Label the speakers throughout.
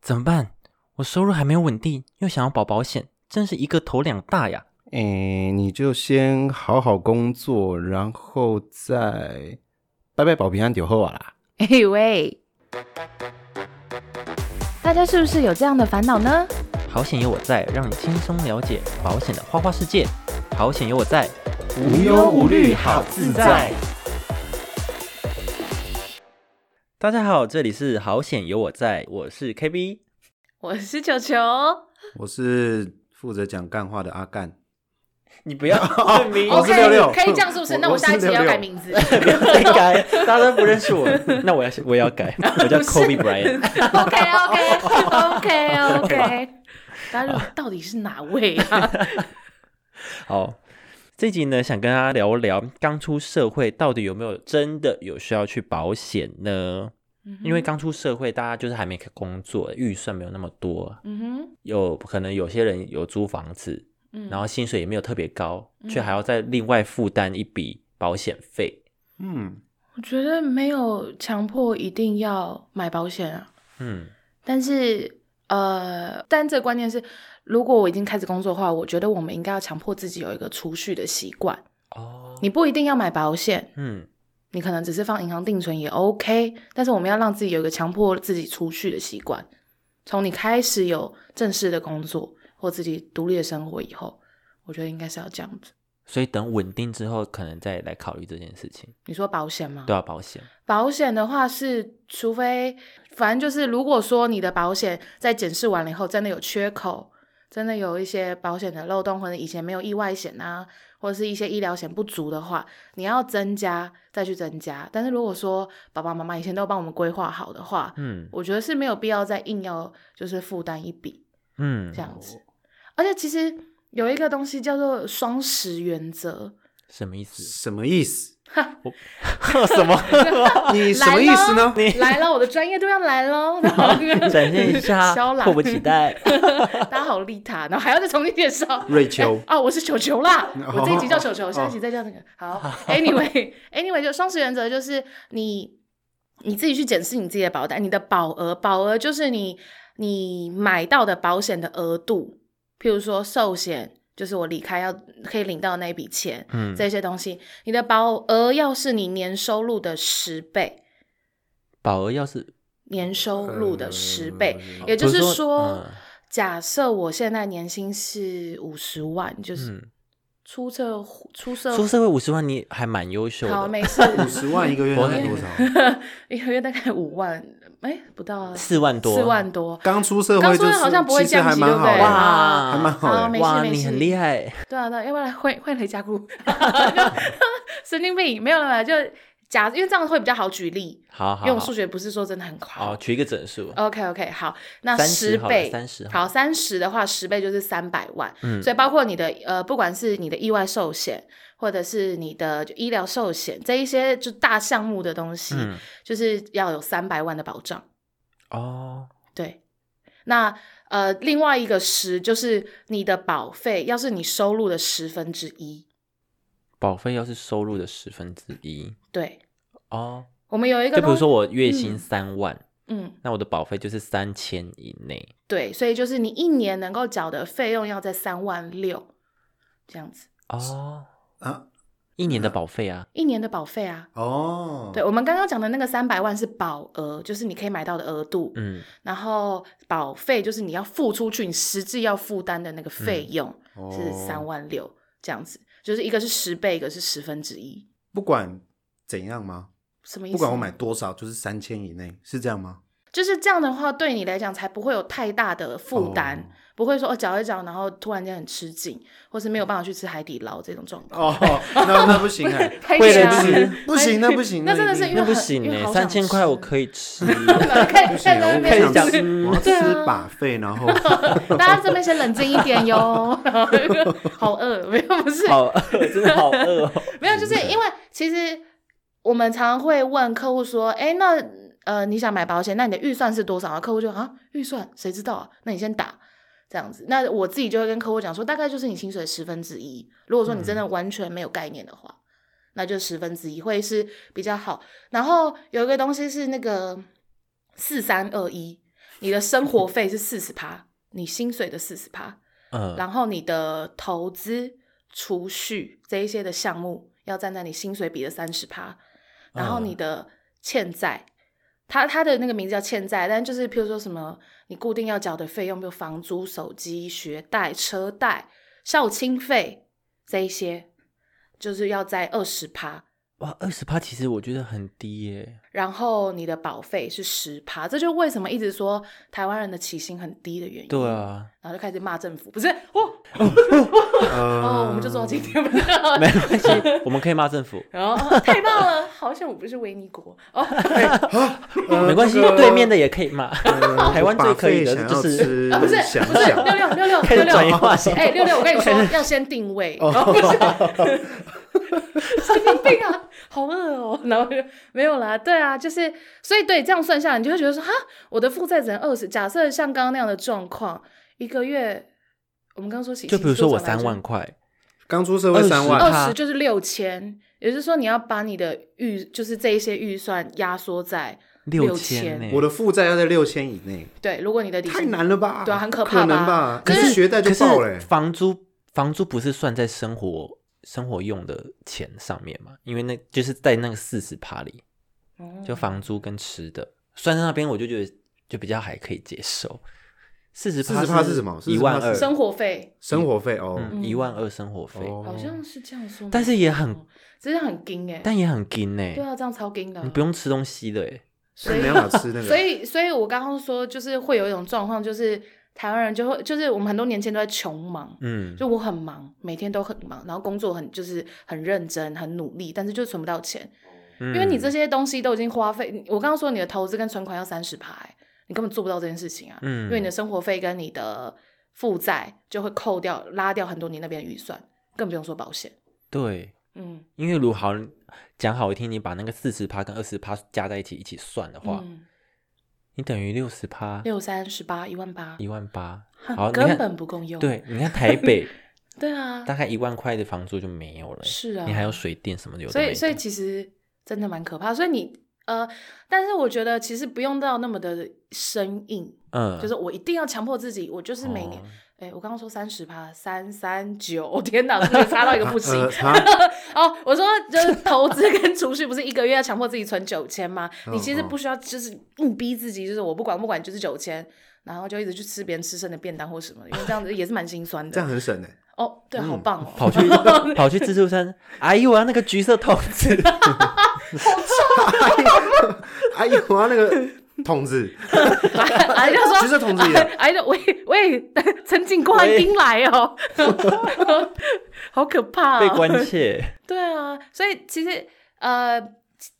Speaker 1: 怎么办？我收入还没有稳定，又想要保保险，真是一个头两大呀！
Speaker 2: 哎，你就先好好工作，然后再拜拜保平安酒后啊啦。
Speaker 3: 哎、喂，大家是不是有这样的烦恼呢？
Speaker 1: 好险有我在，让你轻松了解保险的花花世界。好险有我在，无
Speaker 2: 忧无虑好自在。
Speaker 1: 大家好，这里是好险有我在，我是 KB。
Speaker 3: 我是球球，
Speaker 2: 我是负责讲干话的阿干，
Speaker 1: 你不要证明
Speaker 2: 我是
Speaker 3: OK，
Speaker 2: 六六
Speaker 3: 可以这样是不是？
Speaker 2: 我
Speaker 3: 那我下一集
Speaker 2: 我是六
Speaker 3: 要
Speaker 2: 六
Speaker 3: 改名字，
Speaker 1: 不要再改，大家都不认识我，那我要我也要改，我叫 Kobe Bryant。
Speaker 3: OK OK OK OK，大家就到底是哪位啊？
Speaker 1: 好，这集呢想跟大家聊聊，刚出社会到底有没有真的有需要去保险呢？因为刚出社会，大家就是还没开工作，预算没有那么多，
Speaker 3: 嗯哼，
Speaker 1: 有可能有些人有租房子，
Speaker 3: 嗯
Speaker 1: 然后薪水也没有特别高，
Speaker 3: 嗯
Speaker 1: 却还要再另外负担一笔保险费。
Speaker 2: 嗯，
Speaker 3: 我觉得没有强迫一定要买保险啊，
Speaker 1: 嗯，
Speaker 3: 但是呃，但这个观念是，如果我已经开始工作的话，我觉得我们应该要强迫自己有一个储蓄的习惯。
Speaker 1: 哦，
Speaker 3: 你不一定要买保险，
Speaker 1: 嗯，
Speaker 3: 你可能只是放银行定存也 OK，但是我们要让自己有一个强迫自己储蓄的习惯。从你开始有正式的工作或自己独立的生活以后，我觉得应该是要这样子。
Speaker 1: 所以等稳定之后，可能再来考虑这件事情，
Speaker 3: 你说保险吗？
Speaker 1: 对啊，保险，
Speaker 3: 保险的话是，除非反正就是，如果说你的保险在检视完了以后真的有缺口，真的有一些保险的漏洞，或者以前没有意外险啊，或者是一些医疗险不足的话，你要增加再去增加。但是如果说爸爸妈妈以前都帮我们规划好的话，
Speaker 1: 嗯
Speaker 3: 我觉得是没有必要再硬要就是负担一笔
Speaker 1: 嗯
Speaker 3: 这，样子。而且其实有一个东西叫做双十 原则，
Speaker 1: 什么意 思？
Speaker 2: 什么意思？
Speaker 1: 什么？
Speaker 2: 你什么意思呢？你
Speaker 3: 来了，我的专业都要来 喽，然后
Speaker 1: 展现一下
Speaker 3: 肖，朗
Speaker 1: 迫不及 待。
Speaker 3: 大家好，我丽塔，然后还要再重新介绍。
Speaker 2: 瑞秋
Speaker 3: 啊，我是球球啦，
Speaker 2: 哦
Speaker 3: 我这一集叫球球，
Speaker 2: 哦
Speaker 3: 下一集再叫那个。 好，anyway，anyway，就双十原则就是你你自己去检视你自己的保单，你的保额，保额就是你你买到的保险的额度，譬如说寿险，就是我离开要可以领到的那一笔钱，
Speaker 1: 嗯，
Speaker 3: 这些东西，你的保额要是你年收入的十倍，
Speaker 1: 保额要是
Speaker 3: 年收入的十倍，，
Speaker 2: 呃
Speaker 3: 也就是
Speaker 1: 不是说
Speaker 3: 说
Speaker 1: 嗯，
Speaker 3: 假设我现在年薪是五十万，就是
Speaker 1: 嗯
Speaker 3: 出社会出社
Speaker 1: 出社会五十万，你还蛮优秀
Speaker 3: 好
Speaker 1: 的，
Speaker 3: 没事，
Speaker 2: 五十万一个月大概多少？
Speaker 3: 一个月大概五万，哎，不到 啊
Speaker 1: 四万多，
Speaker 3: 四万多。
Speaker 2: 刚出社
Speaker 3: 刚
Speaker 2: 会
Speaker 3: 出
Speaker 2: 就
Speaker 3: 社
Speaker 2: 是
Speaker 3: 会好像不会
Speaker 2: 其实
Speaker 3: 降
Speaker 2: 还
Speaker 3: 息，对
Speaker 2: 蛮
Speaker 3: 不
Speaker 2: 好
Speaker 3: 对？
Speaker 2: 的，
Speaker 3: 啊
Speaker 2: 还蛮好的
Speaker 3: 没事
Speaker 1: 哇，
Speaker 3: 没
Speaker 1: 你
Speaker 3: 事，
Speaker 1: 很厉害，
Speaker 3: 对啊，对啊，要不然换换雷 加固， 神经病，没有了啦，就假，因为这样会比较好举例，
Speaker 1: 好
Speaker 3: 因
Speaker 1: 好
Speaker 3: 为我
Speaker 1: 好
Speaker 3: 数学不是说真的很好。
Speaker 1: 哦，取一个整数，
Speaker 3: OK OK，好，那
Speaker 1: 30
Speaker 3: 十
Speaker 1: 好了
Speaker 3: 倍，
Speaker 1: 30好
Speaker 3: 好，三十的话，十倍就是三百万，
Speaker 1: 嗯
Speaker 3: 所以包括你的呃，不管是你的意外寿险，或者是你的就医疗寿险，这一些就大项目的东西，
Speaker 1: 嗯，
Speaker 3: 就是要有三百万的保障。
Speaker 1: 哦，
Speaker 3: 对，那呃，另外一个十就是你的保费，要是你收入的十分之一，
Speaker 1: 保费要是收入的十分之一，
Speaker 3: 对，
Speaker 1: 哦，
Speaker 3: 我们有一
Speaker 1: 就
Speaker 3: 个
Speaker 1: 比
Speaker 3: 东
Speaker 1: 如
Speaker 3: 西，
Speaker 1: 说我月
Speaker 3: 嗯
Speaker 1: 薪三万，
Speaker 3: 嗯，
Speaker 1: 那我的保费就是三千以内，
Speaker 3: 对，所以就是你一年能够缴的费用要在三万六这样子，
Speaker 1: 哦，
Speaker 2: 啊
Speaker 1: 一年的保费啊，
Speaker 3: 一年的保费啊。
Speaker 2: 哦，
Speaker 3: 对，我们刚刚讲的那个三百万是保额，就是你可以买到的额度，
Speaker 1: 嗯，
Speaker 3: 然后保费就是你要付出去，你实际要负担的那个费用
Speaker 2: 哦，
Speaker 3: 是三万六这样子，就是一个是十倍，一个是十分之一，
Speaker 2: 不管怎样吗？
Speaker 3: 什么意思？
Speaker 2: 不管我买，多少，就是三千以内，是这样吗？
Speaker 3: 就是这样的话，对你来讲才不会有太大的负担，
Speaker 2: 哦
Speaker 3: 不会说哦缴一缴，然后突然间很吃紧，或是没有办法去吃海底捞这种状况。
Speaker 2: 哦，那那不行哎，
Speaker 3: 海底
Speaker 1: 为了
Speaker 3: 捞
Speaker 1: 吃
Speaker 2: 不行那不行
Speaker 3: 那真的是
Speaker 2: 那一定
Speaker 3: 因为
Speaker 1: 那不
Speaker 3: 很
Speaker 1: 行
Speaker 3: 因为
Speaker 1: 呢，
Speaker 3: 好
Speaker 1: 三
Speaker 3: 想
Speaker 1: 千块我
Speaker 3: 吃
Speaker 1: 可以吃，
Speaker 3: 看
Speaker 2: 不行
Speaker 3: 看
Speaker 2: 啊，
Speaker 3: 在
Speaker 2: 我
Speaker 3: 那
Speaker 2: 不想
Speaker 3: 边
Speaker 1: 讲
Speaker 2: 吃，
Speaker 3: 吃，
Speaker 2: 我要
Speaker 3: 对啊
Speaker 2: 吃把费，然后
Speaker 3: 大家这边先冷静一点哟。 好饿，没有不是，
Speaker 1: 好饿，真的好饿哦，
Speaker 3: 没有，就是因为其实我们常常会问客户说，哎，那呃你想买保险，那你的预算是多少啊？客户就啊预算谁知道啊？那你先打。这样子，那我自己就会跟客户讲说，大概就是你薪水的十分之一。如果说你真的完全没有概念的话，那就十分之一会是比较好。然后有一个东西是那个四三二一，你的生活费是四十趴，你薪水的四十趴，
Speaker 1: 嗯，
Speaker 3: 然后你的投资、储蓄这一些的项目要占在你薪水比的三十趴，
Speaker 1: 嗯
Speaker 3: 然后你的欠债，它它的那个名字叫欠债，但就是譬如说什么你固定要缴的费用，比如房租、手机、学贷、车贷、校庆费这一些，就是要在二十趴。
Speaker 1: 哇，二十趴其实我觉得很低耶。
Speaker 3: 然后你的保费是十趴，这就是为什么一直说台湾人的起薪很低的原因。
Speaker 1: 对，啊，
Speaker 3: 然后就开始骂政府，不是哦
Speaker 2: 哦
Speaker 3: 哦，我们就做到今天吧。
Speaker 1: 没关系，我们可以骂政府，
Speaker 3: 然后、哦太棒了，好像我不是维尼国哦，呃
Speaker 2: 呃
Speaker 1: 没关系，对面的也可以骂。台湾最可以的就
Speaker 2: 想要
Speaker 1: 是
Speaker 2: 吃
Speaker 3: 啊不是
Speaker 2: 想
Speaker 3: 不是
Speaker 2: 想
Speaker 3: 六六六六
Speaker 1: 开始
Speaker 3: 六
Speaker 1: 转移
Speaker 3: 六，
Speaker 1: 话题，
Speaker 3: 哎六六，我跟你说要先定位，哦不是，神经病啊， 好饿哦，然后就没有啦，对啊，就是所以对这样算下来，你就会觉得说哈，我的负债只能二十，假设像刚刚那样的状况，一个月。我们刚刚说起，
Speaker 1: 就比如说我三万块，
Speaker 2: 刚出社会三
Speaker 1: 20
Speaker 2: 万，
Speaker 3: 二
Speaker 1: 它
Speaker 3: 十就是六千，也就是说你要把你的预就是这一些预算压缩在
Speaker 1: 六
Speaker 3: 千
Speaker 1: 千呢。
Speaker 2: 我的负债要在六千以内，
Speaker 3: 对，如果你的底
Speaker 2: 太
Speaker 3: 薪
Speaker 2: 难了吧？
Speaker 3: 对啊很可
Speaker 2: 可
Speaker 3: 怕吧
Speaker 2: 能吧？
Speaker 1: 可
Speaker 2: 可
Speaker 1: 是
Speaker 2: 是学贷就
Speaker 1: 可
Speaker 2: 爆欸嘞
Speaker 1: 是，房租房租不是算在生活生活用的钱上面嘛？因为那就是在那个四十趴里，
Speaker 3: 哦
Speaker 1: 就房租跟吃的，算在那边我就觉得就比较还可以接受。四十趴
Speaker 2: 40%是什么
Speaker 1: 一万二
Speaker 2: 40%，
Speaker 3: 生活费
Speaker 2: 生活费哦，
Speaker 1: 嗯，一万二生活费，
Speaker 2: 哦
Speaker 3: 好像是这样说没错，
Speaker 1: 但是也很
Speaker 3: 真的很惊哎、
Speaker 1: 但也很紧呢。
Speaker 3: 对啊，这样超惊的啊、
Speaker 1: 你不用吃东西的哎，
Speaker 3: 所以
Speaker 2: 没办法吃那个。
Speaker 3: 所以，所以我刚刚说，就是会有一种状况，就是台湾人就会，就是我们很多年前都在穷忙，
Speaker 1: 嗯，
Speaker 3: 就我很忙，每天都很忙，然后工作很就是很认真、很努力，但是就存不到钱，
Speaker 1: 因
Speaker 3: 因为你
Speaker 1: 嗯
Speaker 3: 这些东西都已经花费。你我刚刚说你的投资跟存款要三十趴，欸你根本做不到这件事情啊，
Speaker 1: 嗯
Speaker 3: 因为你的生活费跟你的负债就会扣掉、拉掉很多你那边的预算，更不用说保险。
Speaker 1: 对，
Speaker 3: 嗯，
Speaker 1: 因为如好讲好听，你把那个四十趴跟二十趴加在一起一起算的话，
Speaker 3: 嗯，
Speaker 1: 你等于六十趴，
Speaker 3: 六三十八一万八，
Speaker 1: 啊一万八。
Speaker 3: 哼
Speaker 1: 好，你
Speaker 3: 根
Speaker 1: 看
Speaker 3: 本不够用。
Speaker 1: 对，你看台北
Speaker 3: 对 啊，
Speaker 1: 大概一万块的房租就没有了欸，
Speaker 3: 是啊，
Speaker 1: 你还有水电什么的有的
Speaker 3: 所
Speaker 1: 没的，
Speaker 3: 以所以其实真的蛮可怕。所以你呃，但是我觉得其实不用到那么的生硬，
Speaker 1: 嗯，
Speaker 3: 就是我一定要强迫自己，我就是每年
Speaker 1: 哦，
Speaker 3: 哎、我刚刚说三十趴，三三九，天哪，真的差到一个 不行。
Speaker 2: 呃啊
Speaker 3: 哦，我说就是投资跟储蓄，不是一个月要强迫自己存九千吗？
Speaker 2: 嗯
Speaker 3: 你其实不需要，就是硬逼自己，就是我不管不管，就是九千。然后就一直去吃别人吃剩的便当或什么的，因为这样子也是蛮心酸
Speaker 2: 这样
Speaker 3: 的。
Speaker 2: 很省哎，
Speaker 3: 哦，对，好棒哦！
Speaker 1: 嗯 跑去 跑去自助餐，哎呦啊，那个橘色桶 子，
Speaker 3: 啊
Speaker 2: 哎呦，我要那个筒子，
Speaker 3: 阿姨就哎说：“哎
Speaker 2: 橘色筒子 也
Speaker 3: 阿姨就喂喂，陈警官
Speaker 1: 喂
Speaker 3: 丁来哦， 好可怕、
Speaker 1: 被
Speaker 3: 哦！
Speaker 1: 关切，
Speaker 3: 对啊，所以其实呃，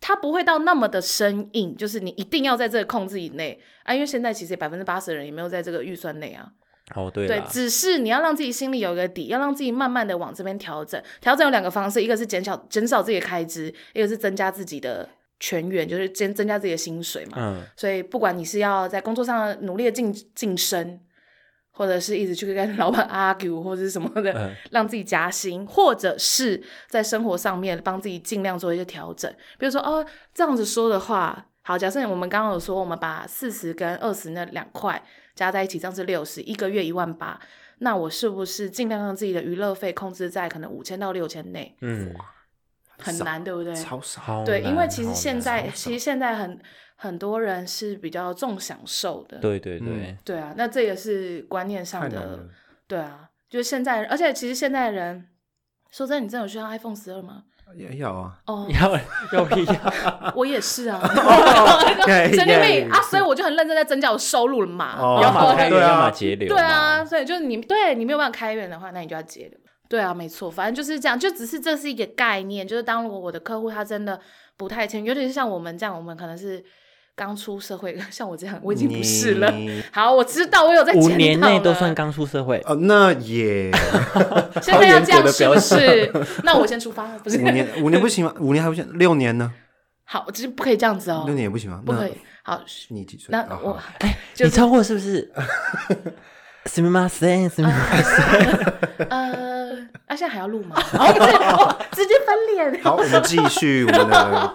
Speaker 3: 它不会到那么的生硬，就是你一定要在这个控制以内啊，因为现在其实百分之八十的人也没有在这个预算内啊。
Speaker 1: 哦对
Speaker 3: 对
Speaker 1: 啦，，
Speaker 3: 只是你要让自己心里有一个底，要让自己慢慢的往这边调整。调整有两个方式，一个是减少减少自己的开支，一个是增加自己的全员，就是增增加自己的薪水嘛。
Speaker 1: 嗯，
Speaker 3: 所以不管你是要在工作上努力的晋晋升，或者是一直去跟老 板 argue 或者是什么的，
Speaker 1: 嗯
Speaker 3: 让自己加薪，或者是在生活上面帮自己尽量做一些调整。比如说哦，这样子说的话，好，假设我们刚刚有说，我们把四十跟二十那两块加在一起，这样是六十，一个月一万八。那我是不是尽量让自己的娱乐费控制在可能五千到六千内？
Speaker 1: 嗯，
Speaker 3: 很
Speaker 2: 少
Speaker 3: 难，对不对？
Speaker 2: 超少。
Speaker 1: 好
Speaker 3: 对，因为
Speaker 1: 难
Speaker 3: 其实
Speaker 1: 好
Speaker 3: 现
Speaker 1: 难
Speaker 3: 在，
Speaker 2: 少
Speaker 3: 其实现在很很多人是比较重享受的，
Speaker 1: 对对对
Speaker 2: 嗯，
Speaker 3: 对啊，那这也是观念上
Speaker 2: 太难了
Speaker 3: 的，对啊，就是现在人，而且其实现在人，说真的，你真的有需要 iPhone 十二吗？
Speaker 2: 也要 啊，
Speaker 3: 哦，
Speaker 1: 要要不要？
Speaker 3: 我也是 啊，
Speaker 2: 呀
Speaker 3: 神 经病
Speaker 2: 哎呀
Speaker 3: 啊，所以我就很认真在增加我收入了嘛，
Speaker 2: 哦
Speaker 1: 要
Speaker 3: 然
Speaker 1: 么
Speaker 3: 后
Speaker 1: 开源，
Speaker 2: 对啊
Speaker 1: 要么节流，
Speaker 3: 对啊，，所以就是你对你没有办法开源的话，那你就要节流。对啊，没错，反正就是这样，就只是这是一个概念，就是当如果我的客户他真的不太清，尤其是像我们这样，我们可能是刚出社会， 像我这样，我已经不是了。
Speaker 2: 你
Speaker 3: 好，我知道，我有在
Speaker 1: 五
Speaker 3: 检
Speaker 1: 年
Speaker 3: 讨
Speaker 1: 内都
Speaker 3: 了
Speaker 1: 算刚出社会，
Speaker 2: 哦，那也
Speaker 3: 现在要这样
Speaker 2: 超
Speaker 3: 是
Speaker 2: 严格
Speaker 3: 不
Speaker 2: 的
Speaker 3: 是？那我先出发，不是
Speaker 2: 五？年，五年不行吗？五年还不行，六年呢？
Speaker 3: 好，就是不可以这样子哦
Speaker 2: 六，年也不行吗？
Speaker 3: 不
Speaker 2: 那
Speaker 3: 可以。好，
Speaker 2: 你几岁？
Speaker 3: 那
Speaker 2: 哦
Speaker 3: 我
Speaker 2: 好
Speaker 1: 哎，
Speaker 3: 就
Speaker 1: 你超过是不是？ 什么吗？什么？什么？
Speaker 3: 呃，那现在还要录吗？ 哦，不是，我直接翻脸。
Speaker 2: 好，我们继续我们的，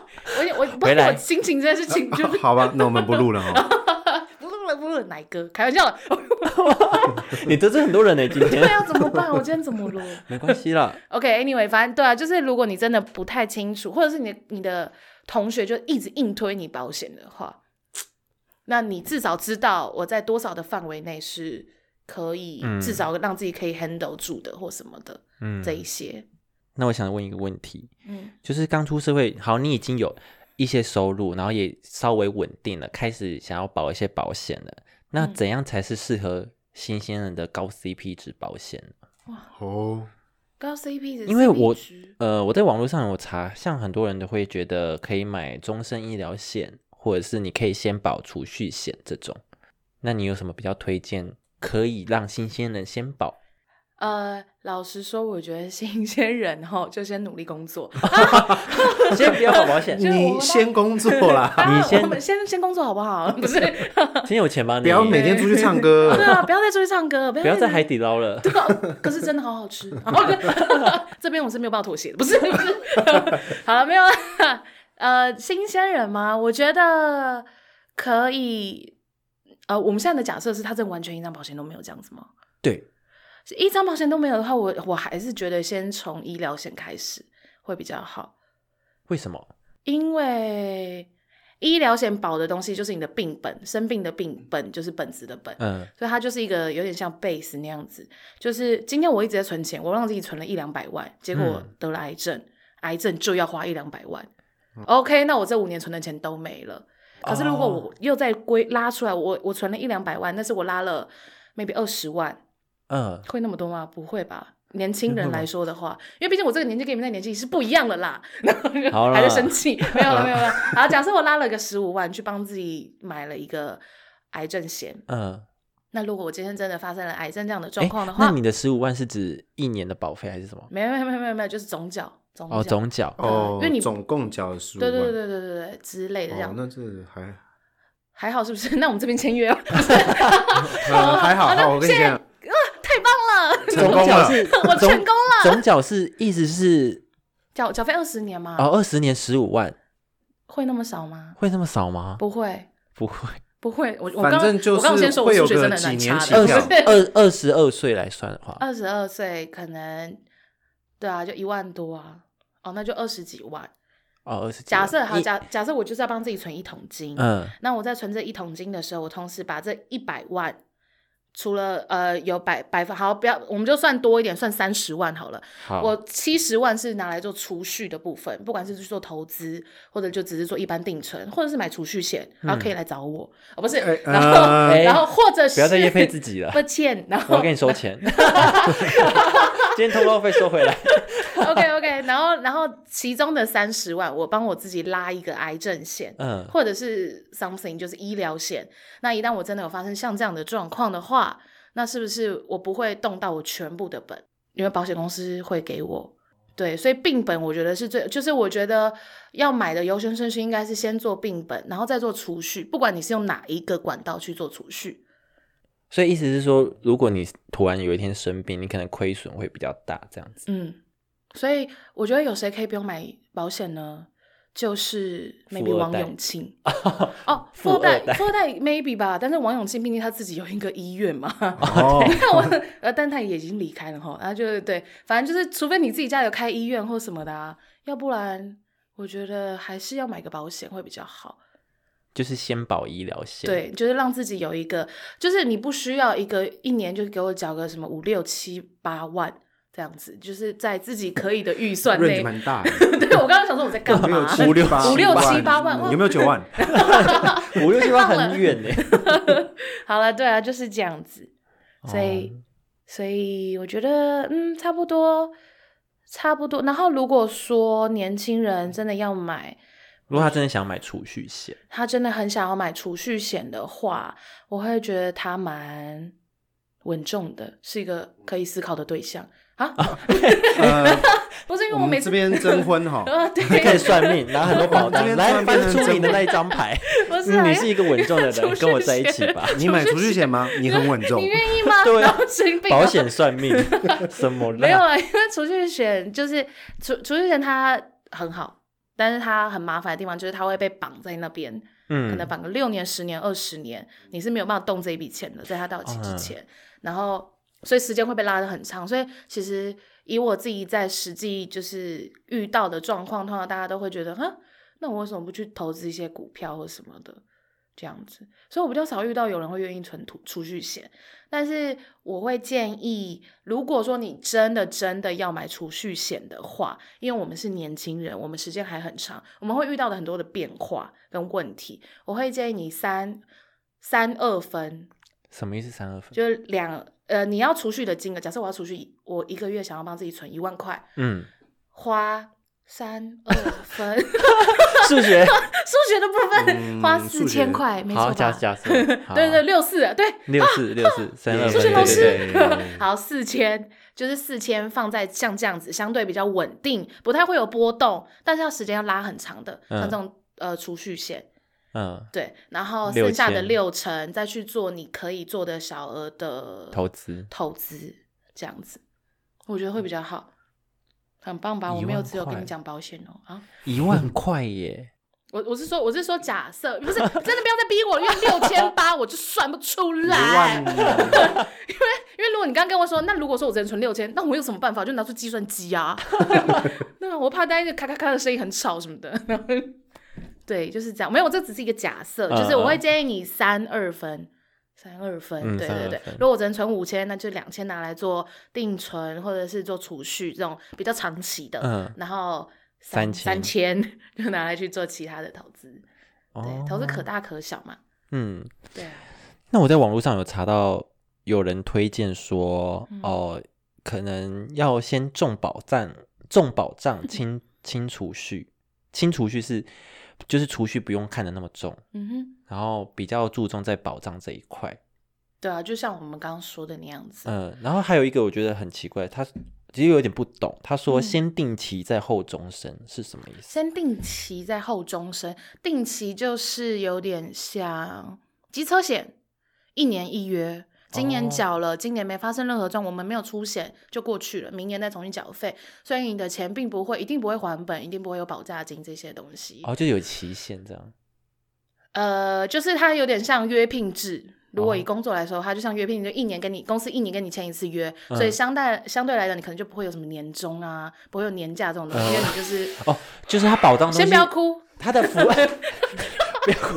Speaker 3: 我我不
Speaker 1: 回来
Speaker 3: 我心情真的是情，就是
Speaker 2: 好吧，那我们不录了哦。
Speaker 3: 不录了，不录了奶哥，开玩笑了，
Speaker 1: 你得罪很多人呢、今
Speaker 3: 对
Speaker 1: 天
Speaker 3: 啊，怎么办？我今天怎么了？
Speaker 1: 没关系啦，
Speaker 3: OK，Anyway，、反正对啊，就是如果你真的不太清楚，或者是你的你的同学就一直硬推你保险的话，那你至少知道我在多少的范围内是可以、
Speaker 1: 嗯
Speaker 3: 至少让自己可以 handle 住的或什么的、
Speaker 1: 嗯
Speaker 3: 这，一些。
Speaker 1: 那我想问一个问题，
Speaker 3: 嗯
Speaker 1: 就是刚出社会，好，你已经有一些收入，然后也稍微稳定了，开始想要保一些保险了，那
Speaker 3: 嗯
Speaker 1: 怎样才是适合新鲜人的高 CP 值保险呢？
Speaker 2: 哦，
Speaker 3: 高 CP 值，
Speaker 1: 因为我呃，我在网络上有查，像很多人都会觉得可以买终身医疗险，或者是你可以先保储蓄险这种。那你有什么比较推荐可以让新鲜人先保？
Speaker 3: 呃，老实说，我觉得新鲜人哈，就先努力工 作。
Speaker 1: 先不要保保险，
Speaker 3: 就是我
Speaker 2: 你
Speaker 3: 们
Speaker 2: 先工作 啦，
Speaker 3: 啊
Speaker 1: 先
Speaker 3: 我们先先工作好不 好？不是，
Speaker 1: 先有钱吧你，
Speaker 2: 不要每天出去唱
Speaker 3: 对
Speaker 2: 歌。
Speaker 3: 啊，不要再出去唱歌，不要
Speaker 1: 不要在
Speaker 3: 再
Speaker 1: 海底捞了。
Speaker 3: 这个可是真的好好吃， 然后就这边我是没有办法妥协的，不是 不是，好了没有啦， 呃，新鲜人嘛，我觉得可以，呃，我们现在的假设是他真的完全一张保险都没有这样子吗？
Speaker 1: 对，
Speaker 3: 一张保险都没有的话，我我还是觉得先从医疗险开始会比较好，
Speaker 1: 为什么？
Speaker 3: 因为医疗险保的东西就是你的病本，生病的病本就是本子的本，
Speaker 1: 嗯
Speaker 3: 所以它就是一个有点像 base 那样子。就是今天我一直在存钱，我让自己存了一两百万，结果
Speaker 1: 嗯
Speaker 3: 得了癌症，癌症就要花一两百万。OK，那我这五年存的钱都没了。可是如果
Speaker 1: 哦
Speaker 3: 我又再归拉出来，我我存了一两百万，但是我拉了 maybe 二十万，
Speaker 1: 嗯，
Speaker 3: 会那么多吗？不会吧。年轻人来说的话，因为毕竟我这个年纪跟你们那年纪是不一样的啦， 然后就
Speaker 1: 好啦
Speaker 3: 还在生气，没 有了没有了。好，假设我拉了个十五万去帮自己买了一个癌症险，
Speaker 1: 嗯，
Speaker 3: 那如果我今天真的发生了癌症这样的状
Speaker 1: 哎
Speaker 3: 况的，话，
Speaker 1: 那你的十五万是指一年的保费还是什么？
Speaker 3: 没有没有没有没有没有，就是总缴总
Speaker 1: 哦，
Speaker 3: 缴，
Speaker 1: 总缴。
Speaker 2: 哦，
Speaker 3: 因为你
Speaker 2: 总共缴十五
Speaker 3: 对
Speaker 2: 万，
Speaker 3: 对对对对对对之类的
Speaker 2: 哦
Speaker 3: 这样，，
Speaker 2: 那这 还
Speaker 3: 还好是不是？ 那我们这边签约哦了，
Speaker 2: 呃还
Speaker 3: 哦
Speaker 2: 好，好，我跟你讲，
Speaker 3: 啊太棒了，
Speaker 2: 成功
Speaker 1: 缴
Speaker 2: 了，
Speaker 1: 是
Speaker 3: 我成功了，
Speaker 1: 总缴是意思是
Speaker 3: 缴缴费二十年嘛，
Speaker 1: 哦，二十年十五万，
Speaker 3: 会那么少吗？
Speaker 1: 会那么少吗？
Speaker 3: 不会
Speaker 1: 不会，
Speaker 3: 不会，我我
Speaker 2: 反
Speaker 3: 刚
Speaker 2: 正就是
Speaker 3: 我刚刚先说我
Speaker 2: 会有
Speaker 3: 数学
Speaker 2: 个
Speaker 3: 真的很难
Speaker 2: 几年
Speaker 3: 差
Speaker 2: 起
Speaker 3: 的，
Speaker 1: 二
Speaker 2: 跳
Speaker 1: 十二二十二岁来算的话，
Speaker 3: 二十二岁可能对啊，就一万多啊，哦，那就二十几万。
Speaker 1: 哦，二十几
Speaker 3: 假
Speaker 1: 万
Speaker 2: 啊
Speaker 3: 设好
Speaker 1: 一
Speaker 3: 假假设我就是要帮自己存一桶金，
Speaker 2: 呃
Speaker 1: 嗯
Speaker 3: 那我在存这一桶金的时候，我同时把这一百万，除了呃有百百分好不要，我们就算多一点，算三十万好了。
Speaker 1: 好，
Speaker 3: 我七十万是拿来做储蓄的部分，不管是去做投资，或者就只是做一般定存，或者是买储蓄险，然后可以来找我，哦不是，然后、
Speaker 2: 呃
Speaker 3: 然后或者是
Speaker 1: 嗯不要再夜配自己了
Speaker 3: 抱歉，然
Speaker 1: 我
Speaker 3: 后
Speaker 1: 要给你收 钱， 今天通告费收回来。
Speaker 3: OK OK，然后然后其中的三十万，我帮我自己拉一个癌症险，
Speaker 1: 嗯
Speaker 3: 或者是 something 就是医疗险。那一旦我真的有发生像这样的状况的话，那是不是我不会动到我全部的本？因为保险公司会给我。对，所以病本我觉得是最，就是我觉得要买的优先顺序应该是先做病本，然后再做储蓄，不管你是用哪一个管道去做储蓄。
Speaker 1: 所以意思是说，如果你突然有一天生病，你可能亏损会比较大，这样子。
Speaker 3: 嗯，所以我觉得有谁可以不用买保险呢？就是 maybe
Speaker 1: 富二
Speaker 3: 王
Speaker 1: 代
Speaker 3: 永庆 哦，
Speaker 1: 富
Speaker 3: 富二代
Speaker 1: 二代
Speaker 3: 富二代 maybe 吧，但是王永庆毕竟他自己有一个医院嘛，
Speaker 2: 哦，
Speaker 3: 你 看我呃，但他也已经离开了哈，然后就是对，反正就是除非你自己家有开医院或什么的啊，要不然我觉得还是要买个保险会比较好。
Speaker 1: 就是先保医疗险，，
Speaker 3: 对，就是让自己有一个，就是你不需要一个一年就给我缴个什么五六七八万这样子，就是在自己可以的预算
Speaker 2: 润
Speaker 3: 内
Speaker 2: 子。蛮大的，
Speaker 3: 对，我刚刚想说我在干
Speaker 2: 五
Speaker 3: 嘛？
Speaker 2: 六七八
Speaker 3: 五六七八嗯万哇
Speaker 2: 有没有九 万？
Speaker 1: 五六千
Speaker 3: 太
Speaker 1: 万
Speaker 3: 棒了
Speaker 1: 很远呢。
Speaker 3: 好了，对啊，就是这样子。
Speaker 1: 哦
Speaker 3: 所以，所以我觉得，嗯，差不多，差不多。然后，如果说年轻人真的要买，
Speaker 1: 如果他真的想买储蓄险，
Speaker 3: 他真的很想要买储蓄险的话，我会觉得他蛮稳重的，是一个可以思考的对象啊。
Speaker 2: 呃，
Speaker 3: 不是因为
Speaker 2: 我
Speaker 3: 我每
Speaker 2: 们
Speaker 3: 次
Speaker 2: 这边征婚哈，
Speaker 3: 啊， 对，
Speaker 1: 开始算命，拿很多保 单，
Speaker 2: 这边突
Speaker 1: 来
Speaker 2: 然
Speaker 1: 翻
Speaker 2: 变成
Speaker 1: 出你
Speaker 2: 真
Speaker 1: 的
Speaker 2: 的
Speaker 1: 那一张牌。 嗯
Speaker 3: 不是啊、
Speaker 1: 你是一个稳重的
Speaker 3: 储
Speaker 1: 人，
Speaker 3: 蓄
Speaker 1: 跟我在一起
Speaker 3: 险
Speaker 1: 吧。
Speaker 2: 你买储蓄险吗？你很稳重
Speaker 3: 你，愿意吗？
Speaker 1: 对啊
Speaker 3: 然后生病
Speaker 1: 保
Speaker 3: 了
Speaker 1: 险算 命，什么啦
Speaker 3: 没有？啊，因为储蓄险就是储储蓄险它很好，但是它很麻烦的地方就是它会被绑在那边，
Speaker 1: 嗯，
Speaker 3: 可能绑个六年、十年、二十年，你是没有办法动这一笔钱的，在它到期之前，然后所以时间会被拉得很长。所以其实以我自己在实际就是遇到的状况，通常大家都会觉得，哈，那我为什么不去投资一些股票或什么的？这样子，所以我比较少遇到有人会愿意存储储蓄险，但是我会建议，如果说你真的真的要买储蓄险的话，因为我们是年轻人，我们时间还很长，我们会遇到的很多的变化跟问题，我会建议你三三二分，
Speaker 1: 什么意思？三二分？
Speaker 3: 就是两呃你要储蓄的金额，假设我要储蓄，我一个月想要帮自己存一万块，
Speaker 1: 嗯，
Speaker 3: 花三二分，
Speaker 1: 数 学
Speaker 3: 数学的部分、
Speaker 2: 嗯
Speaker 3: 花
Speaker 2: 数
Speaker 3: 四
Speaker 2: 学
Speaker 3: 千块，没错
Speaker 1: 好，
Speaker 3: 吧？，
Speaker 1: 假假设
Speaker 3: 对对，六四啊对，
Speaker 1: 六四六四三二
Speaker 2: 数
Speaker 1: 分，
Speaker 3: 学
Speaker 1: 对
Speaker 3: 老
Speaker 1: 对
Speaker 3: 师
Speaker 1: 对，
Speaker 3: 好四千，就是四千放在像这样子，相对比较稳定，不太会有波动，但是要时间要拉很长的，像这种、呃储蓄险，
Speaker 1: 嗯，
Speaker 3: 对，然后剩下的
Speaker 1: 6000
Speaker 3: 六成再去做你可以做的小额的
Speaker 1: 投资
Speaker 3: 投资，这样子，我觉得会比较好，很棒吧？我
Speaker 1: 一
Speaker 3: 没有
Speaker 1: 万
Speaker 3: 只有跟
Speaker 1: 块
Speaker 3: 嗯你讲保险哦、啊。
Speaker 1: 一万块耶，
Speaker 3: 我我是说我是说假设，不是真的不要再逼我，因为六千八我就算不出来。
Speaker 2: 哦
Speaker 3: 因为如果你刚刚跟我说，那如果说我只能存六千，那我有什么办法？就拿出计算机 啊。那我怕大家咔咔咔的声音很吵什么的。 然后对，就是这样。没有，这只是一个假设，就是我会建议你三二分。三二分，
Speaker 1: 嗯
Speaker 3: 对
Speaker 1: 三
Speaker 3: 对
Speaker 1: 二
Speaker 3: 对
Speaker 1: 分。
Speaker 3: 如果我只能存五千，那就两千拿来做定存或者是做储蓄这种比较长期的。
Speaker 1: 嗯，
Speaker 3: 然后
Speaker 1: 三
Speaker 3: 三千就拿来去做其他的投资，
Speaker 1: 哦
Speaker 3: 对，投资可大可小嘛，
Speaker 1: 嗯，
Speaker 3: 对啊，
Speaker 1: 那我在网络上有查到有人推荐说，
Speaker 3: 嗯
Speaker 1: 哦，可能要先重保障、重保
Speaker 3: 嗯
Speaker 1: 障、轻轻储蓄、轻储蓄是就是储蓄不用看得那么重，
Speaker 3: 嗯哼，
Speaker 1: 然后比较注重在保障这一块。
Speaker 3: 对啊，就像我们刚刚说的那样子，
Speaker 1: 嗯，然后还有一个我觉得很奇怪，他其实有点不懂，他说
Speaker 3: 嗯
Speaker 1: 先定期再后终身是什么意思？
Speaker 3: 先定期再后终身，定期就是有点像机车险，一年一约。今年
Speaker 1: 哦
Speaker 3: 缴了，今年没发生任何状况，我们没有出险就过去了，明年再重新缴费，所以你的钱并不会，一定不会还本，一定不会有保价金这些东西。
Speaker 1: 哦，就有期限这样。
Speaker 3: 呃，就是它有点像约聘制。如果以
Speaker 1: 哦
Speaker 3: 工作来说，它就像约聘，就一年跟你公司一年跟你签一次约，所以
Speaker 1: 嗯
Speaker 3: 相对相对来讲，你可能就不会有什么年终啊，不会有年假这种东西，因为你就是
Speaker 1: 哦，就是 他保障东西，
Speaker 3: 先不要，哭，
Speaker 1: 他 的服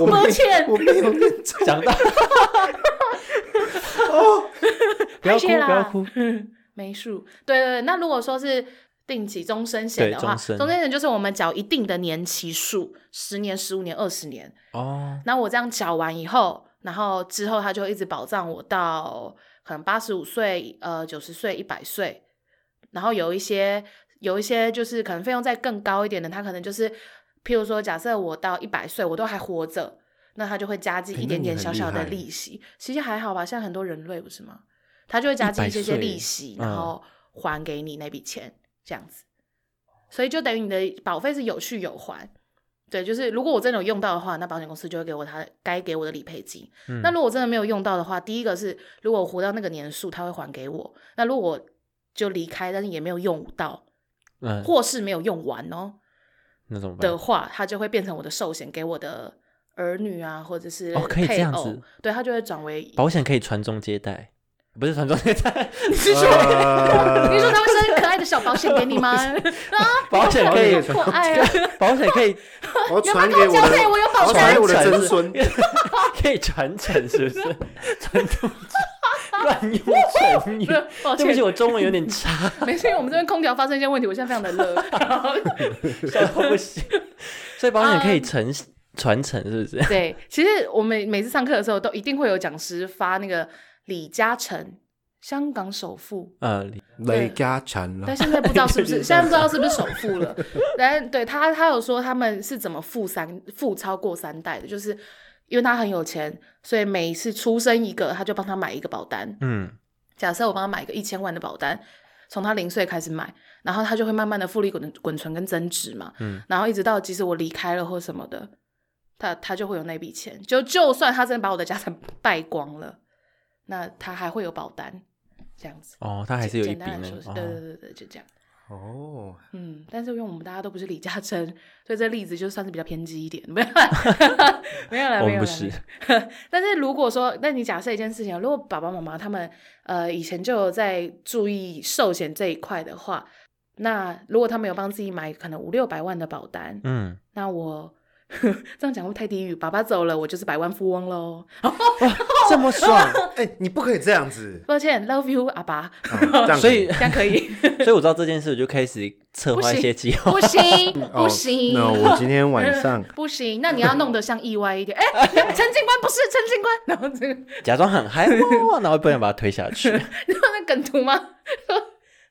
Speaker 2: 我
Speaker 3: 抱
Speaker 2: 没
Speaker 3: 歉
Speaker 2: 我没有念错，
Speaker 1: 讲 到，
Speaker 2: 哦
Speaker 1: 不要哭，
Speaker 3: 拍谢啦
Speaker 1: 不要哭，
Speaker 3: 没数。对对对，那如果说是定期终身险
Speaker 1: 对
Speaker 3: 的话，
Speaker 1: 终身
Speaker 3: 终身险就是我们缴一定的年期数，十年、十五年、二十年，
Speaker 1: 哦，
Speaker 3: 那我这样缴完以后，然后之后他就一直保障我到可能八十五岁、呃九十岁、一百岁，然后有一些有一些就是可能费用再更高一点的，他可能就是譬如说，假设我到一百岁我都还活着，那他就会加计
Speaker 2: 哎
Speaker 3: 一点
Speaker 2: 那你
Speaker 3: 点
Speaker 2: 很
Speaker 3: 小
Speaker 2: 厉
Speaker 3: 小的
Speaker 2: 害
Speaker 3: 利息，其实还好吧，现在很多人类不是吗？他就会加计一些
Speaker 1: 100
Speaker 3: 些
Speaker 1: 岁
Speaker 3: 利息，
Speaker 1: 嗯
Speaker 3: 然后还给你那笔钱，这样子，所以就等于你的保费是有去有还。对，就是如果我真的有用到的话，那保险公司就会给我他该给我的理赔金。
Speaker 1: 嗯
Speaker 3: 那如果我真的没有用到的话，第一个是如果我活到那个年数，他会还给我。那如果我就离开，但是也没有用到，
Speaker 1: 嗯，
Speaker 3: 或是没有用完哦
Speaker 1: 那怎么办
Speaker 3: 的？话，它就会变成我的寿险给我的儿女啊，或者是
Speaker 1: 哦可以这
Speaker 3: 配
Speaker 1: 样
Speaker 3: 偶
Speaker 1: 子，
Speaker 3: 对，它就会转为。
Speaker 1: 保险可以传宗接代，不是传宗接 代，是
Speaker 2: 呃
Speaker 3: 你说他会生可爱的小保险给 你吗？啊，
Speaker 1: 保险
Speaker 3: 好
Speaker 1: 可以，
Speaker 3: 可爱 啊！
Speaker 1: 保险可以
Speaker 2: 我要
Speaker 3: 有没有
Speaker 2: 传
Speaker 3: 跟
Speaker 2: 给
Speaker 3: 我
Speaker 2: 我
Speaker 3: 交配？我
Speaker 2: 的，
Speaker 3: 有
Speaker 2: 我
Speaker 3: 保
Speaker 2: 要
Speaker 3: 单
Speaker 2: 传给。我的
Speaker 1: 传
Speaker 2: 曾 孙，
Speaker 1: 可以传承，是不是？传宗接乱用成语
Speaker 3: 不是， 抱
Speaker 1: 对不起，
Speaker 3: 歉，
Speaker 1: 我中文有点差，
Speaker 3: 没事，因为我们这边空调发生一些问题，我现在非常的热。然后
Speaker 1: 笑到不行。所以保险可以承传承，是不是？
Speaker 3: 对，其实我们每次上课的时候，都一定会有讲师发那个李嘉诚，香港首 富，
Speaker 1: 嗯，
Speaker 2: 雷家产了
Speaker 3: 但，现在不知道是不，
Speaker 1: 就是
Speaker 3: 现在不知道是不是首富了。但对他，他有说他们是怎么富三富超过三代的，就是因为他很有钱，所以每一次出生一个，他就帮他买一个保单。
Speaker 1: 嗯，
Speaker 3: 假设我帮他买一个一千万的保单，从他零岁开始买，然后他就会慢慢的复利滚滚存跟增值嘛，
Speaker 1: 嗯，
Speaker 3: 然后一直到即使我离开了或什么的，他他就会有那笔钱，就就算他真的把我的家产败光了，那他还会有保单，这样子，
Speaker 1: 哦，他还是有一
Speaker 3: 简
Speaker 1: 笔
Speaker 3: 单
Speaker 1: 呢
Speaker 3: 来说是，。
Speaker 1: 哦
Speaker 3: 对对对对，就这样，
Speaker 2: 哦，
Speaker 3: 嗯，但是因为我们大家都不是李嘉诚，所以这例子就算是比较偏激一点， 没有啦， 没有啦，
Speaker 1: 我们
Speaker 3: 没有
Speaker 1: 不
Speaker 3: 啦。
Speaker 1: 是
Speaker 3: 没有啦但是如果说，那你假设一件事情，如果爸爸妈妈他们呃以前就有在注意寿险这一块的话，那如果他们有帮自己买可能五六百万的保单，
Speaker 1: 嗯，
Speaker 3: 那我这样讲会不会太低语，爸爸走了，我就是百万富翁喽。
Speaker 2: 这么爽！哎、你不可以这样子，
Speaker 3: 抱歉，love you，阿爸，
Speaker 2: 啊 这样子
Speaker 1: 所以
Speaker 3: 这样可以？
Speaker 1: 所以我知道这件事，我就开始策
Speaker 3: 不
Speaker 1: 划一
Speaker 3: 行
Speaker 1: 些计划。
Speaker 3: 不行，
Speaker 2: 哦
Speaker 3: 不行。
Speaker 2: 那我今天晚上
Speaker 3: 不行，那你要弄得像意外 一点。哎、陈警官不是陈警官，然后这个，
Speaker 1: 假装很 嗨，哇然后不能把他推下去。
Speaker 3: 你知道那梗图吗？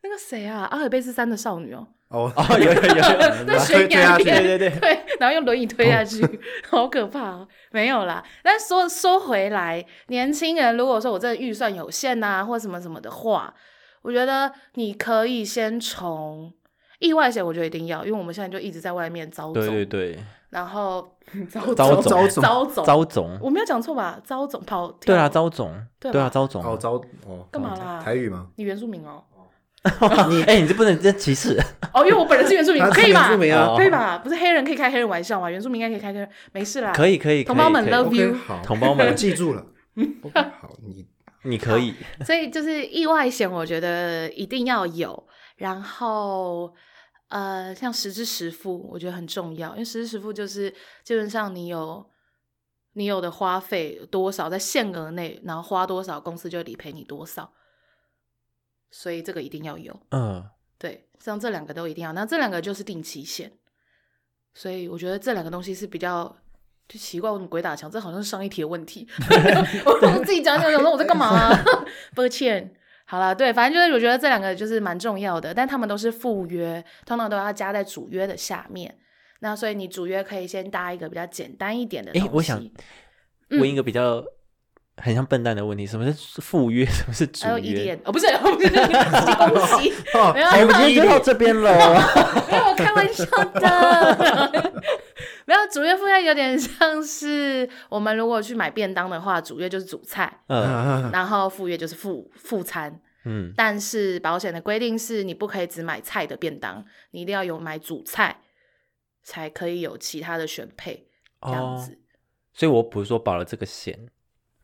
Speaker 3: 那个谁啊，阿尔卑斯山的少女哦，
Speaker 2: 哦，啊
Speaker 1: 哦，有有有有，
Speaker 3: 在悬
Speaker 2: 推下
Speaker 3: 崖
Speaker 2: 去
Speaker 3: 边，
Speaker 1: 对对对
Speaker 3: 对，然后用轮椅推下去， 好可怕哦！没有啦，但说说回来，年轻人如果说我这预算有限呐、或什么什么的话，我觉得你可以先从意外险，我觉得一定要，因为我们现在就一直在外面遭
Speaker 1: 对对
Speaker 3: 总，
Speaker 1: 对，
Speaker 3: 然 后遭
Speaker 1: 遭总
Speaker 2: 总
Speaker 3: 遭总
Speaker 1: 招总，
Speaker 3: 我没有讲错吧？遭总跑
Speaker 1: 对啊，
Speaker 3: 啊，
Speaker 1: 招总，
Speaker 3: 对吧
Speaker 1: 对啊，招总。
Speaker 2: 哦 招哦，
Speaker 3: 干嘛啦
Speaker 2: 台语吗？
Speaker 3: 你原住民哦，
Speaker 1: 哎，你这不能这歧视。
Speaker 3: 哦，因为我本人是原住民，
Speaker 2: 他是
Speaker 3: 可以吧
Speaker 2: 原住？民啊
Speaker 1: 哦
Speaker 3: 可以吧？不是黑人可以开黑人玩笑吗？原住民应该可以开黑人，没事啦。
Speaker 1: 可以可以，
Speaker 3: 同
Speaker 1: 可以
Speaker 3: 胞们
Speaker 1: 可以
Speaker 3: love
Speaker 2: ，OK，
Speaker 3: you
Speaker 2: 好，
Speaker 1: 同胞们
Speaker 2: 我记住了。OK，好， 你
Speaker 1: 你可以，
Speaker 3: 所以就是意外险，我觉得一定要有。然后，呃，像实支实付，我觉得很重要，因为实支实付就是基本上你有你有的花费多少，在限额内，然后花多少，公司就会理赔你多少。所以这个一定要有，
Speaker 1: 嗯，
Speaker 3: 对，像这两个都一定要。那这两个就是定期险，所以我觉得这两个东西是比较。就奇怪，我怎么鬼打墙？这好像是上一题的 问题。 我自己讲讲，讲说我在干嘛、 啊？抱歉。好了，对，反正就是我觉得这两个就是蛮重要的，但他们都是附约，通常都要加在主约的下面。那所以你主约可以先搭一个比较简单一点的东
Speaker 1: 哎
Speaker 3: 西。，
Speaker 1: 我想
Speaker 3: 嗯
Speaker 1: 问一个比较很像笨蛋的问题，什么是赴约，什么是主
Speaker 3: 还有
Speaker 1: 约
Speaker 3: EDN？？哦，不是， 不 是，恭喜，
Speaker 2: 哦
Speaker 3: 没有
Speaker 1: 哎我们今天就到这边 喽。
Speaker 3: 没有开玩笑的， 没有主约副约有点像是我们如果去买便当的话，主约就是主菜，
Speaker 1: 嗯
Speaker 2: 啊
Speaker 3: 然后副约就是副副餐。
Speaker 1: 嗯，
Speaker 3: 但是保险的规定是你不可以只买菜的便当，你一定要有买主菜，才可以有其他的选配这样
Speaker 1: 哦
Speaker 3: 子。，嗯
Speaker 1: 所以我不是说保了这个险，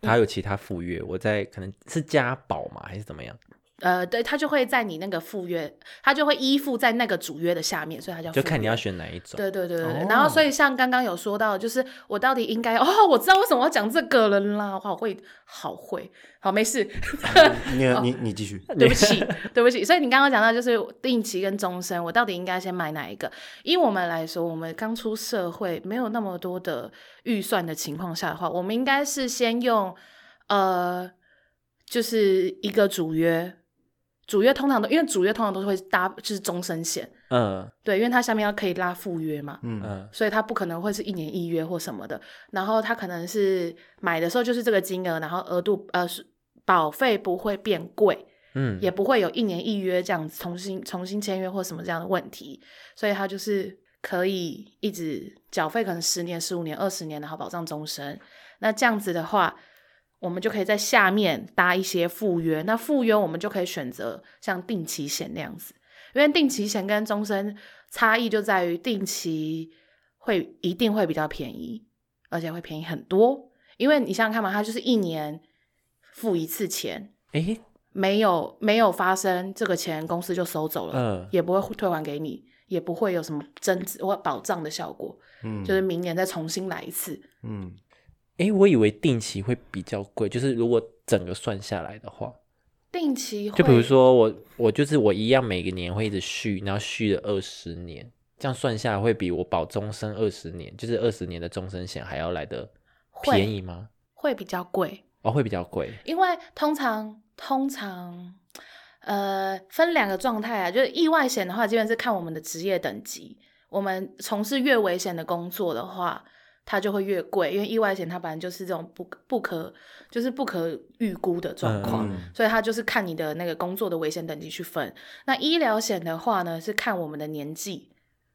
Speaker 1: 它有其他赴约，我在可能是加保嘛，还是怎么样，
Speaker 3: 呃，对，它就会在你那个附约，它就会依附在那个主约的下面，所以它叫
Speaker 1: 就
Speaker 3: 附
Speaker 1: 看你
Speaker 3: 约
Speaker 1: 要选哪一种。
Speaker 3: 对对对对对。
Speaker 2: 哦
Speaker 3: 然后，所以像刚刚有说到，就是我到底应该哦，我知道为什么要讲这个了啦，我好会，好会，好没事，
Speaker 2: 你
Speaker 3: 哦
Speaker 2: 你你继续，
Speaker 3: 对不起，对不起。所以你刚刚讲到就是定期跟终身，我到底应该先买哪一个？以我们来说，我们刚出社会没有那么多的预算的情况下的话，我们应该是先用呃，就是一个主约。主约通常都，因为主约通常都是会搭，就是终身险，
Speaker 1: 嗯
Speaker 3: 对，因为它下面要可以拉附约嘛，
Speaker 2: 嗯，
Speaker 1: 嗯
Speaker 3: 所以它不可能会是一年一约或什么的。然后它可能是买的时候就是这个金额，然后额度呃是保费不会变贵，
Speaker 1: 嗯，
Speaker 3: 也不会有一年一约这样子重新重新签约或什么这样的问题，所以它就是可以一直缴费，可能十年、十五年、二十年，然后保障终身。那这样子的话，我们就可以在下面搭一些附约。那附约我们就可以选择像定期险那样子，因为定期险跟终身差异就在于定期会一定会比较便宜，而且会便宜很多。因为你想想看嘛，它就是一年付一次钱，
Speaker 1: 哎，
Speaker 3: 没有没有发生，这个钱公司就收走了，
Speaker 1: 嗯
Speaker 3: 也不会退还给你，也不会有什么增值或保障的效果，
Speaker 2: 嗯
Speaker 3: 就是明年再重新来一次。
Speaker 2: 嗯，
Speaker 1: 哎，我以为定期会比较贵，就是如果整个算下来的话，
Speaker 3: 定期会
Speaker 1: 就比如，说我我就是我一样每个年会一直续，然后续了二十年，这样算下来会比我保终身二十年，就是二十年的终身险还要来的
Speaker 3: 会
Speaker 1: 便宜吗？
Speaker 3: 会比较贵，
Speaker 1: 哦，会比较贵。
Speaker 3: 因为通常通常呃分两个状态啊，就是意外险的话，基本是看我们的职业等级，我们从事越危险的工作的话。它就会越贵，因为意外险它本来就是这种不可不可，就是不可预估的状况，
Speaker 2: 嗯
Speaker 3: 所以它就是看你的那个工作的危险等级去分。那医疗险的话呢，是看我们的年纪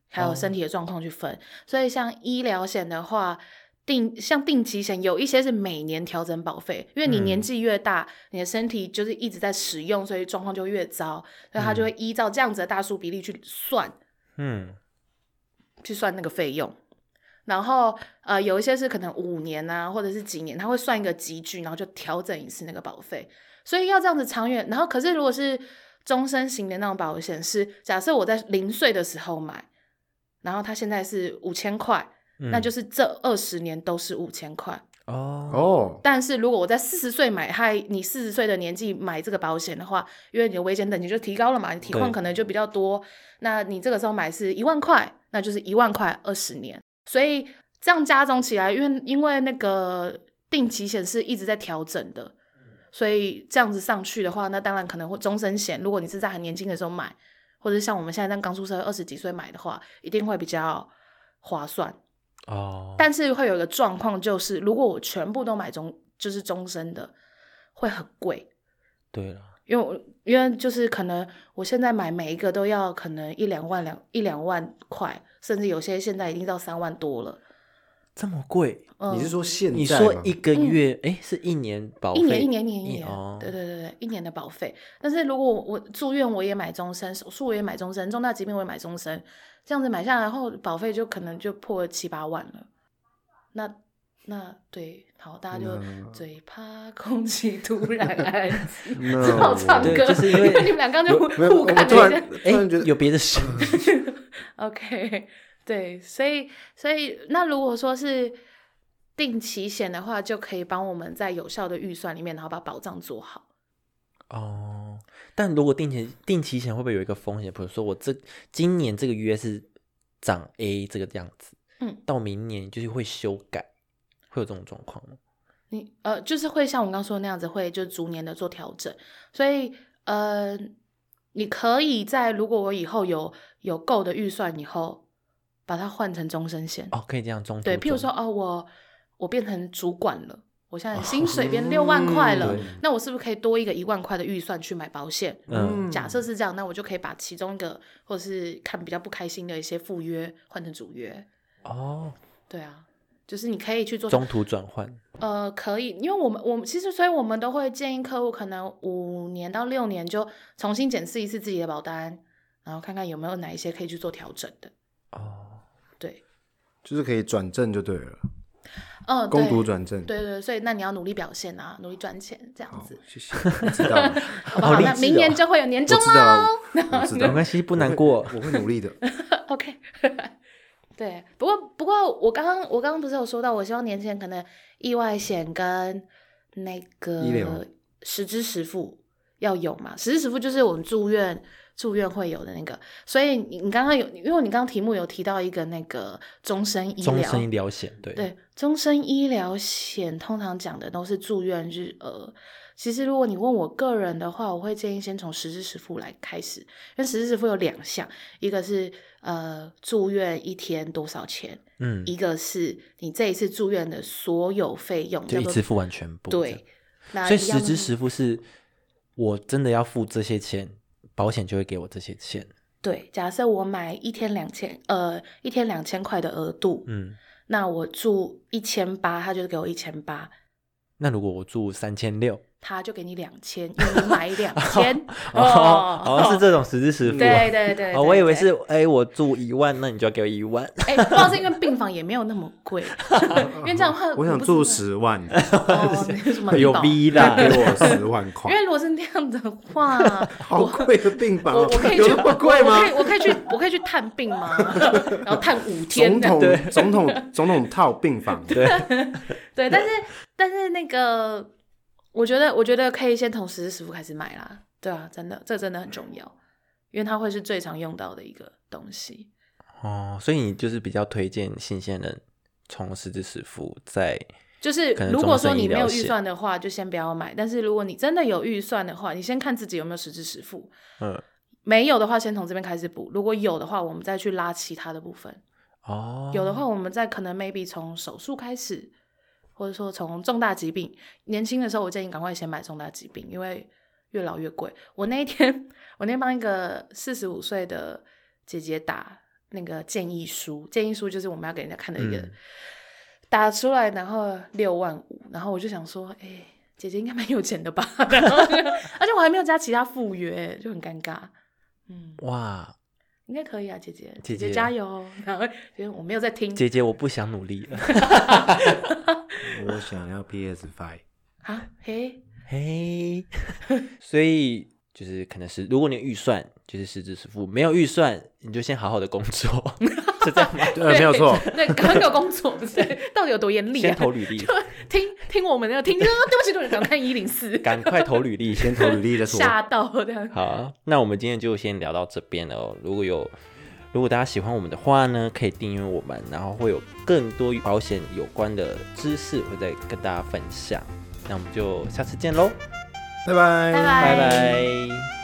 Speaker 3: 还有身体的状况去分。所以像医疗险的话，定像定期险有一些是每年调整保费，因为你年纪越大，你的身体就是一直在使用，所以状况就越糟，所以它就会依照这样子的大数比例去算，
Speaker 1: 嗯，
Speaker 3: 去算那个费用。然后呃，有一些是可能五年啊，或者是几年，它会算一个集聚，然后就调整一次那个保费。所以要这样子长远。然后可是如果是终身型的那种保险，是假设我在零岁的时候买，然后它现在是五千块，
Speaker 1: 嗯
Speaker 3: 那就是这二十年都是五千块。
Speaker 1: 哦
Speaker 2: 哦，
Speaker 3: 但是如果我在四十岁买，还你四十岁的年纪买这个保险的话，因为你的危险等级就提高了嘛，你体况
Speaker 1: 对
Speaker 3: 可能就比较多。那你这个时候买是一万块，那就是一万块二十年。所以这样加总起来，因为因为那个定期险是一直在调整的，所以这样子上去的话，那当然可能会终身险。如果你是在很年轻的时候买，或者像我们现在这样刚出社二十几岁买的话，一定会比较划算。
Speaker 1: 哦，
Speaker 3: 但是会有一个状况，就是如果我全部都买终就是终身的，会很贵，
Speaker 1: 对了，
Speaker 3: 因为我因为就是可能我现在买每一个都要可能一两万两一两万块，甚至有些现在已经到三万多了。
Speaker 1: 这么贵，
Speaker 3: 嗯、
Speaker 2: 你是说现在
Speaker 1: 你说
Speaker 2: 吗
Speaker 1: 一个月，哎、是一年保费，
Speaker 3: 一年一年一年一年，
Speaker 1: 哦，
Speaker 3: 对对对对，一年的保费。但是如果我我住院我也买终身，手术我也买终身，重大疾病我也买终身，这样子买下来后，保费就可能就破七八万了。那那对，好，大家就
Speaker 1: 嗯
Speaker 2: 那
Speaker 3: 最怕空气突 然安静。
Speaker 2: 那
Speaker 3: 只好唱
Speaker 1: 嗯对
Speaker 3: 歌，
Speaker 1: 就是因为
Speaker 3: 你们俩刚就
Speaker 1: 有
Speaker 2: 没有，
Speaker 3: 互
Speaker 2: 我
Speaker 3: 看
Speaker 2: 突
Speaker 3: 了一
Speaker 2: 然
Speaker 3: 下。
Speaker 1: 哎、
Speaker 2: 突然觉得
Speaker 1: 有别的 事，
Speaker 3: OK，对， 所以所以那如果说是定期险的话，就可以帮我们在有效的预算里面，然后把保障做好。
Speaker 1: 哦，但如果定期定期险会不会有一个风险？比如说我这今年这个约是涨 A 这个样子，
Speaker 3: 嗯，
Speaker 1: 到明年就是会修改，会有这种状况吗？
Speaker 3: 你呃，就是会像我刚刚说的那样子，会就逐年的做调整。所以呃，你可以在如果我以后有有够的预算以后，把它换成终身险。
Speaker 1: 哦，可以这样中途
Speaker 3: 对，譬如
Speaker 1: 中
Speaker 3: 说，哦，我我变成主管了，我现在薪水变六万块了，
Speaker 1: 哦对
Speaker 3: 那我是不是可以多一个一万块的预算去买保险？
Speaker 1: 嗯
Speaker 3: 假设是这样，那我就可以把其中一个，或者是看比较不开心的一些副约换成主约。
Speaker 1: 哦，
Speaker 3: 对啊，就是你可以去做
Speaker 1: 中途转换，
Speaker 3: 呃，可以，因为我们我们其实，所以我们都会建议客户可能五年到六年就重新检视一次自己的保单，然后看看有没有哪一些可以去做调整的。
Speaker 1: 哦，
Speaker 3: 对，
Speaker 2: 就是可以转正就对了，
Speaker 3: 嗯、对
Speaker 2: 攻读转正。
Speaker 3: 对对，所以那你要努力表现啊，努力赚钱这样
Speaker 2: 好
Speaker 3: 子，，
Speaker 2: 谢谢，我知道 了，
Speaker 3: 好不好？
Speaker 1: 好励
Speaker 3: 那
Speaker 1: 志
Speaker 3: 明
Speaker 1: 哦
Speaker 3: 年就会有年
Speaker 2: 我
Speaker 3: 终
Speaker 2: 知道了，
Speaker 3: 啦。哦
Speaker 2: 我知道，
Speaker 1: 没关系，不难过
Speaker 2: 我。会，我会努力的。
Speaker 3: OK，对，不过不过我刚刚我刚刚不是有说到，我希望年轻人可能意外险跟那
Speaker 2: 医疗
Speaker 3: 个实支实付要有嘛，实支实付就是我们住院住院会有的那个，所以你你刚刚有，因为你刚刚题目有提到一个那个终身 医
Speaker 1: 终
Speaker 3: 疗
Speaker 1: 身医，疗险，对，
Speaker 3: 对，终身医疗险通常讲的都是住院日额。其实如果你问我个人的话，我会建议先从实支实付来开始，因为实支实付有两项，一个是呃住院一天多少钱，
Speaker 1: 嗯，
Speaker 3: 一个是你这一次住院的所有费用，
Speaker 1: 就
Speaker 3: 叫
Speaker 1: 一
Speaker 3: 做
Speaker 1: 次付完全部，这样
Speaker 3: 对，那
Speaker 1: 所以
Speaker 3: 一样
Speaker 1: 实支
Speaker 3: 的
Speaker 1: 实付是，我真的要付这些钱，保险就会给我这些钱，
Speaker 3: 对。假设我买一天两千，呃，一天两千块的额度，
Speaker 1: 嗯。
Speaker 3: 那我住一千八，他就给我一千八，
Speaker 1: 那如果我住三千六，
Speaker 3: 他就给你两千，因为你买两 千
Speaker 1: 哦，好 像是这种实支实付啊。
Speaker 3: 对对对
Speaker 1: 哦，我以为
Speaker 3: 对
Speaker 1: 是哎，我住一万，那你就要给我一万。
Speaker 3: 哎，不知道是因为病房也没有那么 贵，因为这样的话，
Speaker 2: 我想
Speaker 3: 不知
Speaker 2: 住
Speaker 3: 道
Speaker 2: 十万，
Speaker 3: 哦，那个什 么
Speaker 1: 有
Speaker 3: 医保
Speaker 1: V
Speaker 2: 再
Speaker 1: 啦，
Speaker 2: 给我十万
Speaker 3: 因
Speaker 2: 块，
Speaker 3: 为如果是那样的 话，
Speaker 2: 好贵的病房
Speaker 3: 我
Speaker 2: 哦
Speaker 3: 我可以
Speaker 2: 有
Speaker 3: 去，
Speaker 2: 那
Speaker 3: 我
Speaker 2: 么贵吗
Speaker 3: 我可？以我可以去我可以去探病吗？ 然后探五天
Speaker 2: 总
Speaker 3: 的，
Speaker 2: 统总统总统套病房，对，
Speaker 3: 对，但是但是那个，我觉得我觉得可以先从实时实付开始买啦，对啊，真的这真的很重要，因为它会是最常用到的一个东西。
Speaker 1: 哦，所以你就是比较推荐新鲜人从实支实付在
Speaker 3: 就是
Speaker 1: 可能
Speaker 3: 如果
Speaker 1: 终
Speaker 3: 说
Speaker 1: 身医
Speaker 3: 你没
Speaker 1: 疗
Speaker 3: 有
Speaker 1: 险
Speaker 3: 预算的话，就先不要买。但是如果你真的有预算的话，你先看自己有没有实支实付。
Speaker 1: 嗯
Speaker 3: 没有的话，先从这边开始补。如果有的话，我们再去拉其他的部分。
Speaker 1: 哦，
Speaker 3: 有的话，我们再可能 maybe 从手术开始，或者说从重大疾病。年轻的时候，我建议赶快先买重大疾病，因为越老越贵。我那一天，我那天帮一个四十五岁的姐姐打那个建议书，建议书就是我们要给人家看的一个
Speaker 1: 嗯
Speaker 3: 打出来，然后六万五，然后我就想说，哎、姐姐应该蛮有钱的吧？ 然后就，而且我还没有加其他附约，就很尴尬。嗯，
Speaker 1: 哇，
Speaker 3: 应该可以啊，姐姐，
Speaker 1: 姐
Speaker 3: 姐
Speaker 1: 姐
Speaker 3: 加油哦！ 然后，姐姐我没有在听
Speaker 1: 姐姐我不想努力了。
Speaker 2: 我想要 PS Five，
Speaker 3: 啊，嘿，
Speaker 1: 嘿， 所以就是可能是，如果你有预算，就是实支实付；没有预算，你就先好好的工作， 是这样吗？
Speaker 2: 对，呃没有 错，
Speaker 3: 对，赶快给我工作，不 是，到底有多严厉
Speaker 1: 先
Speaker 3: 啊？
Speaker 1: 投履历，
Speaker 3: 听听我们那个听，啊对不起，对不起，想看一零四，
Speaker 1: 赶快投履历，
Speaker 2: 先投履历再说。
Speaker 3: 吓到这样。
Speaker 1: 好，那我们今天就先聊到这边了哦。如果有如果大家喜欢我们的话呢，可以订阅我们，然后会有更多与保险有关的知识会再跟大家分享。那我们就下次见喽，
Speaker 2: 拜拜，
Speaker 3: 拜拜
Speaker 1: 拜拜